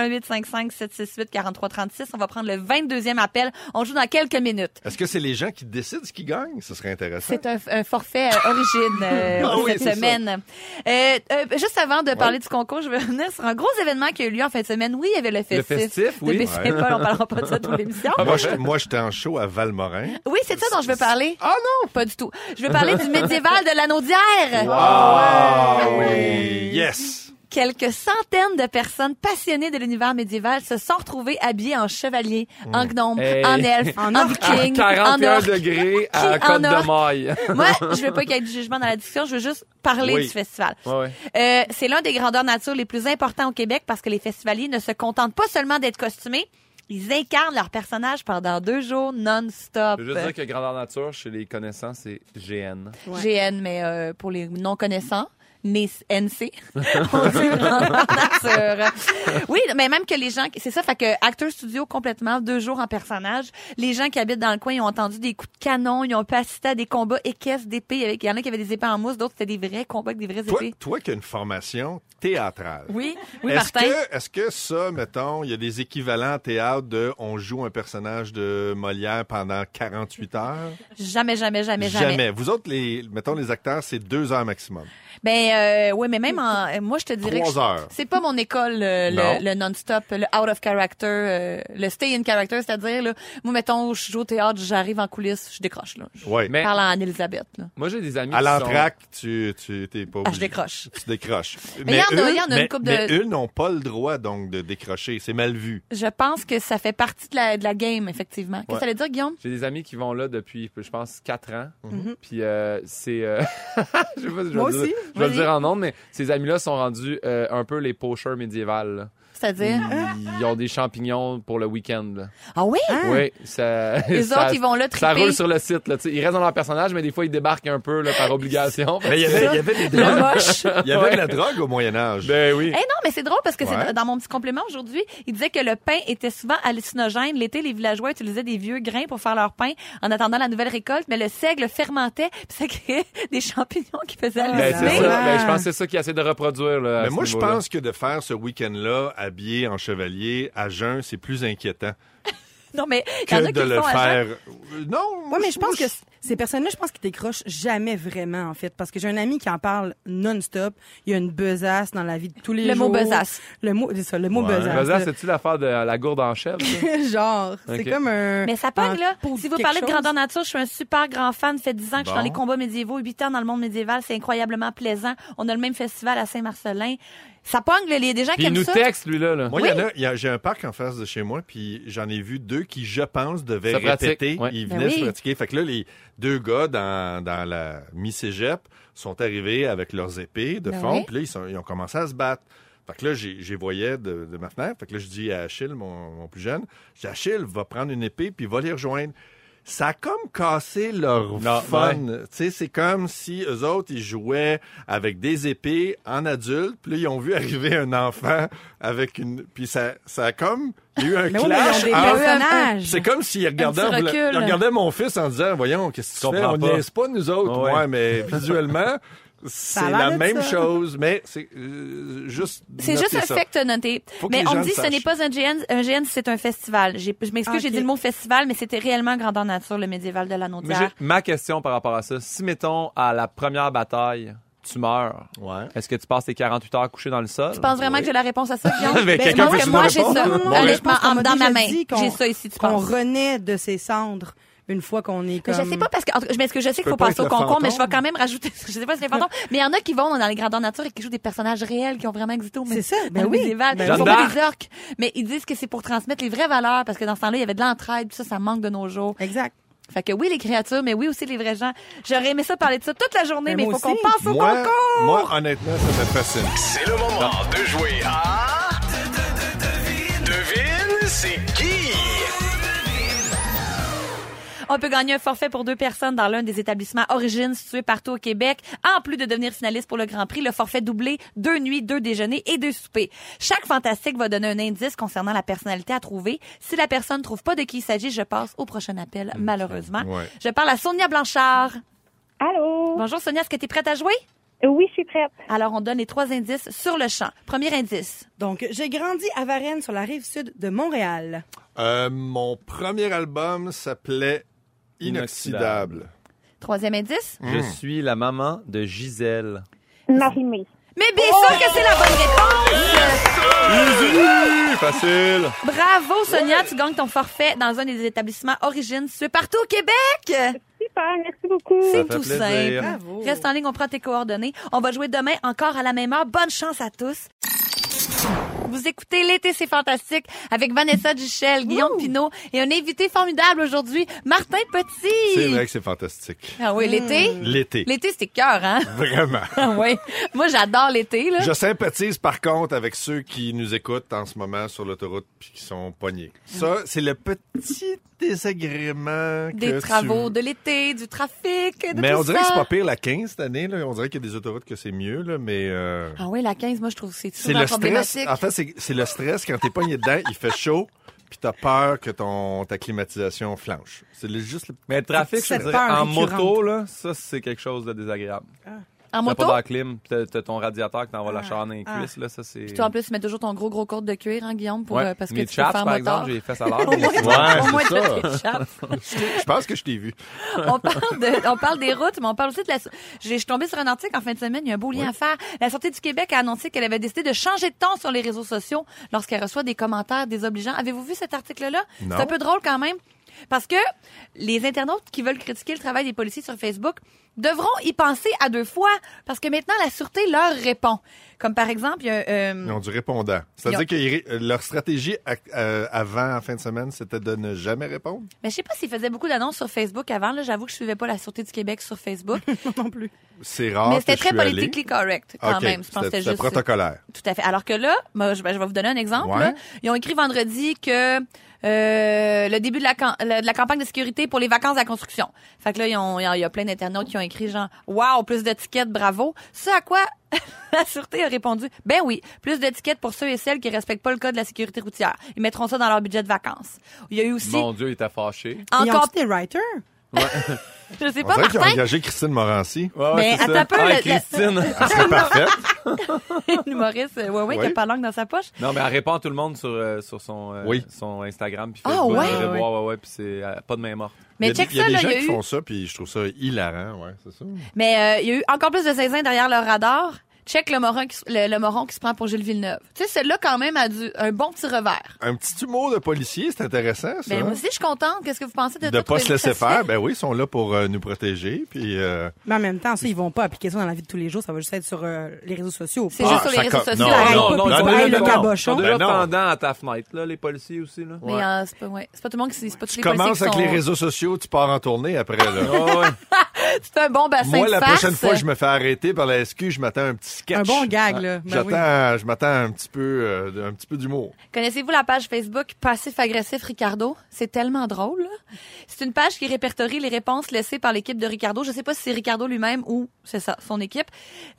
S2: 1855-768-4336. On va prendre le 22e appel. On joue dans quelques minutes.
S3: Est-ce que c'est les gens qui décident ce qui gagnent? Ce serait intéressant.
S2: C'est un, un forfait euh, origine euh,
S3: Ah oui, c'est
S2: cette semaine. Euh, euh, juste avant de parler du concours, je vais revenir sur un gros événement qui a eu lieu en fin de semaine. Oui, il y avait le festif.
S4: festif,
S2: de
S4: oui.
S2: BC Paul. On parlera pas de ça dans l'émission.
S3: Moi, je- Moi, j'étais en show à Valmorin.
S2: Oui, c'est de ça dont je veux parler.
S3: Ah non!
S2: Pas du tout. Je veux parler du médiéval de l'anneau d'hier.
S3: Ah oui! Yes!
S2: Quelques centaines de personnes passionnées de l'univers médiéval se sont retrouvées habillées en chevalier, en gnome,
S4: Hmm. Hey. Ah,
S2: en elfe, en,
S5: En orc.
S2: viking, en
S4: 41
S2: orc.
S4: degrés à
S2: Qui en
S4: Côte de
S2: orque?
S4: Maille.
S2: Moi, je veux pas qu'il y ait du jugement dans la discussion, je veux juste parler
S3: Oui.
S2: du festival.
S4: Ouais, ouais.
S2: Euh, c'est l'un des grandeurs nature les plus importants au Québec parce que les festivaliers ne se contentent pas seulement d'être costumés, ils incarnent leurs personnages pendant deux jours non-stop.
S4: Je veux juste dire que Grandeur Nature, chez les connaissants, c'est GN.
S5: Ouais.
S2: GN, mais euh, pour les non-connaissants, NC. On dit vraiment nature. Oui, mais même que les gens, c'est ça, fait que Acteur Studio complètement, deux jours en personnage. Les gens qui habitent dans le coin, ils ont entendu des coups de canon, ils ont pu assister à des combats équestres d'épées. avec- Il y en a qui avaient des épées en mousse, d'autres c'était des vrais combats avec des vraies
S3: Toi,
S2: épées.
S3: toi qui as une formation théâtrale.
S2: Oui, oui,
S3: est-ce
S2: Martin.
S3: que, est-ce que ça, mettons, il y a des équivalents en théâtre de on joue un personnage de Molière pendant 48 heures?
S2: Jamais, jamais, jamais, jamais.
S3: Vous autres, les, mettons, les acteurs, c'est deux heures maximum.
S2: Ben euh, oui, mais même en, euh, moi je te dirais que
S3: Trois
S2: je-
S3: heures.
S2: c'est pas mon école euh,
S3: Non.
S2: le, le non-stop, le out of character, euh, le stay in character, c'est-à-dire là, moi mettons je joue au théâtre, j'arrive en coulisses, je décroche là. Je
S3: Oui.
S4: Mais-
S2: parle à Anne-Elisabeth là.
S4: Moi, j'ai des amis
S3: À
S4: qui sont-
S3: l'entracte, tu, tu t'es pas
S2: Ah,
S3: obligé.
S2: je décroche.
S3: Tu décroches.
S2: Mais il y en a- il y en a une
S3: mais-
S2: couple
S3: mais
S2: de-
S3: eux n'ont pas le droit, donc, de décrocher. C'est mal vu.
S2: Je pense que ça fait partie de la, de la game effectivement. Qu'est-ce que
S3: Ouais.
S2: ça veut dire Guillaume
S4: J'ai des amis qui vont là depuis, je pense, 4 ans.
S2: Mhm.
S4: Puis euh, c'est... euh, je sais pas si je vais
S5: Moi
S4: le dire-
S5: aussi.
S4: je vais le
S2: Vas-y.
S4: dire en nombre, mais ces amis-là sont rendus euh, un peu les pocheurs médiévales. là.
S2: C'est-à-dire
S4: Mm. Ils ont des champignons pour le week-end. là.
S2: Ah oui,
S4: Oui, ça.
S2: les
S4: ça-
S2: autres ils vont là
S4: Ça
S2: triper.
S4: roule sur le site. Là, tu sais. ils restent dans leur personnage, mais des fois, ils débarquent un peu là, par obligation.
S3: Mais il y avait, il y avait des
S2: le
S3: drogues.
S2: moche.
S3: Il y avait de la drogue au Moyen-Âge.
S4: ben oui.
S2: Eh non, mais c'est drôle parce que c'est
S3: Ouais.
S2: dans mon petit complément aujourd'hui, il disait que le pain était souvent hallucinogène. L'été, les villageois utilisaient des vieux grains pour faire leur pain en attendant la nouvelle récolte, mais le seigle fermentait, puis ça créait des champignons qui faisaient
S4: Ben, c'est
S2: halluciner.
S4: ça.
S5: Mais-
S4: Ben, je pense que c'est ça qu'ils essaient de reproduire. Là, à
S3: Mais
S4: ce
S3: moi, je
S4: niveau-là.
S3: pense que de faire ce week-end-là habillé en chevalier, à jeun, c'est plus inquiétant
S2: non, mais il y en a
S3: que
S2: qui
S3: de
S2: le
S3: le
S2: font hein, à jeun.
S3: faire. Euh, Non,
S5: Oui,
S3: moi,
S5: mais je
S3: moi,
S5: pense que c- ces personnes-là, je pense qu'ils décrochent jamais vraiment, en fait. Parce que j'ai un ami qui en parle non-stop. Il y a une besace dans la vie de tous les
S2: Le
S5: jours.
S2: mot besace.
S5: Le mot, c'est ça, le mot
S3: Ouais.
S5: besace.
S4: Bazar, c'est-tu l'affaire de la gourde en chèvre?
S2: Ah,
S4: ça?
S5: Genre,
S4: Ok.
S5: c'est comme un...
S2: Mais ça
S5: un
S2: pogne, là.
S5: pot
S2: Si vous
S5: Ah, quelque
S2: parlez de
S5: chose.
S2: grandeur nature, je suis un super grand fan. Ça fait 10 ans que je suis dans
S3: Bon.
S2: les combats médiévaux, 8 ans dans le monde médiéval. C'est incroyablement plaisant. On a le même festival à Saint-Marcelin. Ça pogne, là. Il y a des gens
S4: Puis
S2: qui
S4: il nous
S2: aiment ça.
S4: texte, lui-là. Là.
S3: Moi, il y en a, il y a- j'ai un parc en face de chez moi, puis j'en ai vu deux qui, je pense, devaient
S4: Se pratiquent,
S3: répéter.
S4: ouais.
S3: Ils
S2: Ben
S3: venaient
S2: oui.
S3: se pratiquer. Fait que là, les deux gars dans, dans la mi-cégep sont arrivés avec leurs épées de
S2: Ben
S3: fond,
S2: oui.
S3: puis là, ils, sont- ils ont commencé à se battre. Fait que là, j'ai j'ai voyais de, de ma fenêtre. Fait que là, je dis à Achille, mon, mon plus jeune, je dis, Achille, va prendre une épée, puis va les rejoindre. Ça a comme cassé leur
S4: Non,
S3: fun. Tu sais, c'est comme si eux autres, ils jouaient avec des épées en adulte, puis là, ils ont vu arriver un enfant avec une... Puis ça, ça a comme... Il y a eu un
S5: Mais oui, mais ils ont
S3: clash.
S5: des
S3: entre-
S5: personnages.
S3: C'est comme s'ils regardaient,
S2: Un petit recul.
S3: ils regardaient mon fils en disant, voyons, qu'est-ce que tu fais?
S4: Comprends
S3: On
S4: pas.
S3: niaise pas, nous autres.
S4: Ouais.
S3: Ouais, mais visuellement... C'est
S5: l'air
S3: la
S5: de
S3: même
S5: ça.
S3: chose, mais c'est euh, juste.
S2: C'est
S3: notez
S2: juste un
S3: ça.
S2: fait que t'as noté.
S3: Faut que
S2: mais
S3: les
S2: on
S3: gens
S2: me dit
S3: le
S2: ce n'est
S3: sachent.
S2: pas un GN, un GN c'est un festival. J'ai- Je m'excuse, j'ai
S5: Ah, Ok.
S2: dit le mot festival, mais c'était réellement grandeur nature, le médiéval de la
S4: Mais
S2: Naudière.
S4: j'ai ma question par rapport à ça. Si, mettons, à la première bataille, tu meurs,
S3: Ouais.
S4: est-ce que tu passes tes 48 heures couché dans le sol?
S2: Tu penses vraiment que j'ai la réponse à ça, Guillaume?
S4: Ben,
S2: je
S4: quelqu'un
S2: pense
S4: peut
S2: que
S4: nous
S2: moi,
S4: la
S2: j'ai
S4: répondre?
S2: ça,
S5: Non, non,
S4: Ouais.
S5: non, ben, je
S2: honnêtement,
S5: pense qu'on
S2: en-
S5: m'a
S2: dans ma
S5: déjà
S2: main.
S5: dit qu'on-
S2: J'ai ça ici, tu
S5: Qu'on
S2: penses?
S5: renaît de ses cendres une fois qu'on est
S2: Mais
S5: comme...
S2: Je sais pas parce que en tout cas, je m'excuse, je sais qu'il faut
S3: peux pas
S2: passer
S3: être
S2: au
S3: le
S2: concours, mais je
S3: fantôme.
S2: vais quand même rajouter. Je sais pas si c'est les fantômes, mais il y en a qui vont dans les grandeurs nature et qui jouent des personnages réels qui ont vraiment existé au
S5: C'est ça, ben
S2: dans le
S5: oui.
S2: médiéval.
S5: Ben
S2: Ils sont
S4: oui.
S2: pas
S4: Jeanne
S2: des orques, mais ils disent que c'est pour transmettre les vraies valeurs parce que dans ce temps-là, il y avait de l'entraide, puis ça, ça manque de nos jours.
S5: Exact.
S2: Fait que oui, les créatures, mais oui aussi les vrais gens. J'aurais aimé ça parler de ça toute la journée,
S5: Ben,
S2: mais il
S5: moi
S2: faut qu'on
S5: aussi.
S2: passe au
S3: Moi,
S2: concours.
S3: moi, honnêtement, ça me fascine.
S1: C'est le moment de jouer à. Devine, c'est qui?
S2: On peut gagner un forfait pour deux personnes dans l'un des établissements Origine situés partout au Québec. En plus de devenir finaliste pour le Grand Prix, le forfait doublé, deux nuits, deux déjeuners et deux soupers. Chaque fantastique va donner un indice concernant la personnalité à trouver. Si la personne trouve pas de qui il s'agit, je passe au prochain appel, malheureusement.
S3: Ouais.
S2: Je parle à Sonia Blanchard.
S8: Allô?
S2: Bonjour Sonia, est-ce que tu es prête à jouer?
S8: Oui, je suis prête.
S2: Alors, on donne les trois indices sur le champ. Premier indice.
S5: Donc, j'ai grandi à Varennes, sur la rive sud de Montréal.
S3: Euh, mon premier album s'appelait Inoxydable.
S2: Troisième indice.
S4: Je suis la maman de Gisèle.
S8: Marie-Mé.
S2: Mais bien
S3: Oh!
S2: sûr que c'est la bonne réponse!
S3: Plus facile.
S2: Bravo, Sonia, tu gagnes ton forfait dans un des établissements Origine situés partout au Québec.
S8: Super, merci beaucoup.
S2: C'est
S4: fait
S2: tout
S4: plaisir.
S2: simple.
S5: Bravo.
S2: Reste en ligne, on prend tes coordonnées. On va jouer demain encore à la même heure. Bonne chance à tous. Vous écoutez L'été, c'est fantastique avec Vanessa Duchel, Guillaume Pinault et un invité formidable aujourd'hui, Martin Petit.
S3: C'est vrai Mmh. que c'est fantastique.
S2: Ah oui, l'été.
S3: L'été.
S2: L'été, c'est cœur, hein?
S3: Vraiment.
S2: Ah oui. Moi, j'adore l'été, là.
S3: Je sympathise par contre avec ceux qui nous écoutent en ce moment sur l'autoroute puis qui sont pognés. Ça, c'est le petit désagréments.
S2: Des
S3: que tu-
S2: travaux de l'été, du trafic, de
S3: Mais
S2: tout
S3: on dirait que
S2: ça.
S3: c'est pas pire la 15 cette année. Là. On dirait qu'il y a des autoroutes que c'est mieux, là, mais... euh,
S2: Ah oui, la 15, moi, je trouve que c'est
S3: C'est
S2: souvent
S3: le
S4: Ah,
S3: stress.
S2: problématique.
S3: En fait, c'est c'est le stress quand t'es pogné dedans, il fait chaud, puis t'as peur que ton, ta climatisation flanche. C'est le- juste le...
S4: Mais le trafic, je
S5: Cette
S4: dirais,
S5: peur
S4: en
S5: récurrente.
S4: moto, là, ça, c'est quelque chose de désagréable.
S2: En
S4: T'as
S2: moto,
S4: pas d'air clim, pis t'as- t'as ton radiateur qui t'envoie la
S5: Ah,
S4: chaleur dans les
S5: ah.
S4: cuisses, là, ça, c'est...
S2: toi, en plus, tu mets toujours ton gros, gros code de cuir, hein, Guillaume, pour,
S4: Ouais.
S2: euh, parce que
S4: Mes
S2: tu
S4: chaps,
S2: peux faire
S4: par
S2: motard.
S4: exemple, j'ai fait ça à l'heure.
S2: Au moins,
S4: Ouais,
S2: au moins,
S4: c'est
S2: t'as
S4: ça.
S2: tes chaps.
S3: Je pense que je t'ai vu.
S2: on parle, de- on parle des routes, mais on parle aussi de la. so- j'ai- Je suis tombée sur un article en fin de semaine, il y a un beau lien à faire. La Sûreté du Québec a annoncé qu'elle avait décidé de changer de ton sur les réseaux sociaux lorsqu'elle reçoit des commentaires désobligeants. Avez-vous vu cet article-là?
S3: Non.
S2: C'est un peu drôle quand même. Parce que les internautes qui veulent critiquer le travail des policiers sur Facebook devront y penser à deux fois parce que maintenant la sûreté leur répond. Comme par exemple, il y a, euh,
S3: Ils ont du répondant. C'est-à-dire que ils ré- euh, leur stratégie à- euh, avant, en fin de semaine, c'était de ne jamais répondre.
S2: mais je sais pas s'ils faisaient beaucoup d'annonces sur Facebook avant. Là, j'avoue que je suivais pas la sûreté du Québec sur Facebook,
S5: non plus.
S3: C'est rare.
S2: mais
S3: que
S2: c'était
S3: Ah, je
S2: très
S3: suis allé.
S2: politically correct quand
S3: OK,
S2: même. Je pense que
S3: c'était-
S2: c'était
S3: c'était
S2: juste. euh,
S3: protocolaire.
S2: Tout à fait. Alors que là, moi, je, ben, je vais vous donner un exemple.
S3: Ouais.
S2: là. Ils ont écrit vendredi que euh, le début de la, cam- la- de la campagne de sécurité pour les vacances à la construction. Fait que là, ils ont- il y a- il y a plein d'internautes qui ont écrit genre « Wow, plus d'étiquettes, bravo! » Ce à quoi la Sûreté a répondu « Ben oui, plus d'étiquettes pour ceux et celles qui respectent pas le code de la sécurité routière. Ils mettront ça dans leur budget de vacances. » Il y a eu aussi
S4: Mon Dieu, il était fâché.
S5: Ils ont
S2: encore...
S5: des writers?
S2: Je sais
S3: On
S2: pas,
S3: dirait qu'ils ont
S2: Martin,
S3: engagé Christine Morancy.
S4: Ouais, ouais,
S2: Mais
S4: c'est
S2: attends
S4: ça.
S2: un peu,
S4: Ah,
S2: la- la-
S4: Christine!
S3: Elle serait parfaite.
S2: l'humoriste, euh, ouais, ouais, qui a
S3: Oui.
S2: pas la langue dans sa poche.
S4: non, mais elle répond à tout le monde sur, euh, sur son, euh,
S3: Oui.
S4: son Instagram. Puis
S2: Ah,
S4: Facebook,
S2: ouais?
S4: Je
S5: Ouais.
S4: vais voir, ouais, ouais, puis c'est euh, pas de main morte.
S2: Mais
S3: il y a,
S2: check
S3: des- il y a
S2: ça,
S3: des
S2: là,
S3: gens
S2: il y a
S3: qui
S2: eu...
S3: font ça, puis je trouve ça hilarant, ouais, c'est ça.
S2: Mais euh, il y a eu encore plus de saisins derrière le radar. Check le moron qui, s- le, le moron qui se prend pour Gilles Villeneuve. Tu sais, celle-là, quand même, a du, un bon petit revers.
S3: Un petit humour de policier, c'est intéressant, ça. hein?
S2: Ben, moi aussi, je suis contente. Qu'est-ce que vous pensez de,
S3: de
S2: tout?
S3: pas se
S2: Trouvez-vous
S3: laisser
S2: satisfait?
S3: faire, ben oui, ils sont là pour euh, nous protéger, puis... euh,
S5: Mais en même temps, ça, ils vont pas appliquer ça dans la vie de tous les jours. Ça va juste être sur euh, les réseaux sociaux.
S2: C'est
S3: Ah,
S2: juste sur les
S3: ça
S2: réseaux
S3: co-
S2: sociaux.
S3: non,
S2: Arrête
S5: non,
S2: pas,
S5: non,
S2: puis
S5: non,
S2: tu-
S5: non,
S2: Hey,
S5: non,
S2: le
S5: non.
S2: cabochon.
S4: Ils sont
S5: cabochon.
S4: déjà
S3: Ben non.
S4: tendants à ta fenêtre, là, les policiers aussi. Là.
S2: Mais euh, c'est pas, ouais. c'est pas tout le monde qui c'est pas tous
S3: Tu
S2: les policiers
S3: commences
S2: qui
S3: avec
S2: sont-
S3: les réseaux sociaux, tu pars en tournée après, là.
S4: Ouais, ouais.
S2: Tu fais un bon bassin
S3: Moi,
S2: de
S3: la
S2: farce.
S3: prochaine fois, je me fais arrêter par la SQ, je m'attends à un petit sketch.
S5: Un bon gag, là. Ben oui.
S3: J'attends, je m'attends à un petit peu, euh, de- un petit peu d'humour.
S2: Connaissez-vous la page Facebook Passif Agressif Ricardo? C'est tellement drôle. là. C'est une page qui répertorie les réponses laissées par l'équipe de Ricardo. Je sais pas si c'est Ricardo lui-même ou c'est ça, son équipe.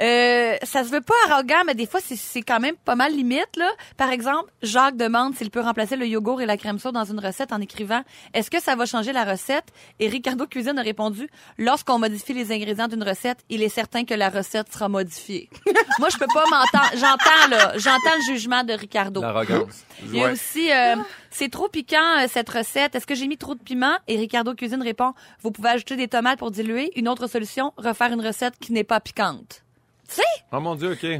S2: Euh, ça se veut pas arrogant, mais des fois, c'est- c'est quand même pas mal limite. Là. Par exemple, Jacques demande s'il peut remplacer le yogourt et la crème sauce dans une recette en écrivant « Est-ce que ça va changer la recette? » Et Ricardo Cuisine a répondu « Lorsqu'on modifie les ingrédients d'une recette, il est certain que la recette sera modifiée. » Moi, je peux pas m'entendre. J'entends, là. J'entends le jugement de Ricardo.
S4: L'arrogance.
S2: Il y a aussi, euh, c'est trop piquant euh, cette recette. Est-ce que j'ai mis trop de piment? Et Ricardo Cuisine répond, vous pouvez ajouter des tomates pour diluer. Une autre solution, refaire une recette qui n'est pas piquante.
S4: Oh mon Dieu, OK.
S5: Ouais,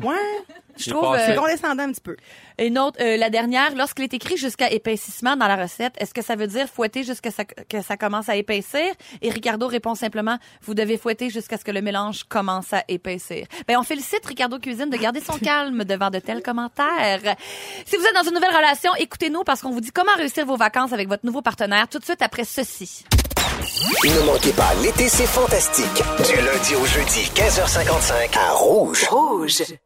S2: Je
S4: Il est
S2: trouve
S4: passé.
S5: c'est
S2: euh,
S5: condescendant un petit peu.
S2: une autre, euh, la dernière, lorsqu'il est écrit jusqu'à épaississement dans la recette, est-ce que ça veut dire fouetter jusqu'à ça, que ça commence à épaissir? Et Ricardo répond simplement, vous devez fouetter jusqu'à ce que le mélange commence à épaissir. Ben, on félicite Ricardo Cuisine de garder son calme devant de tels commentaires. Si vous êtes dans une nouvelle relation, écoutez-nous parce qu'on vous dit comment réussir vos vacances avec votre nouveau partenaire tout de suite après ceci.
S1: Ne manquez pas, l'été, c'est fantastique. Du lundi au jeudi, 15h55, à Rouge.
S9: Rouge.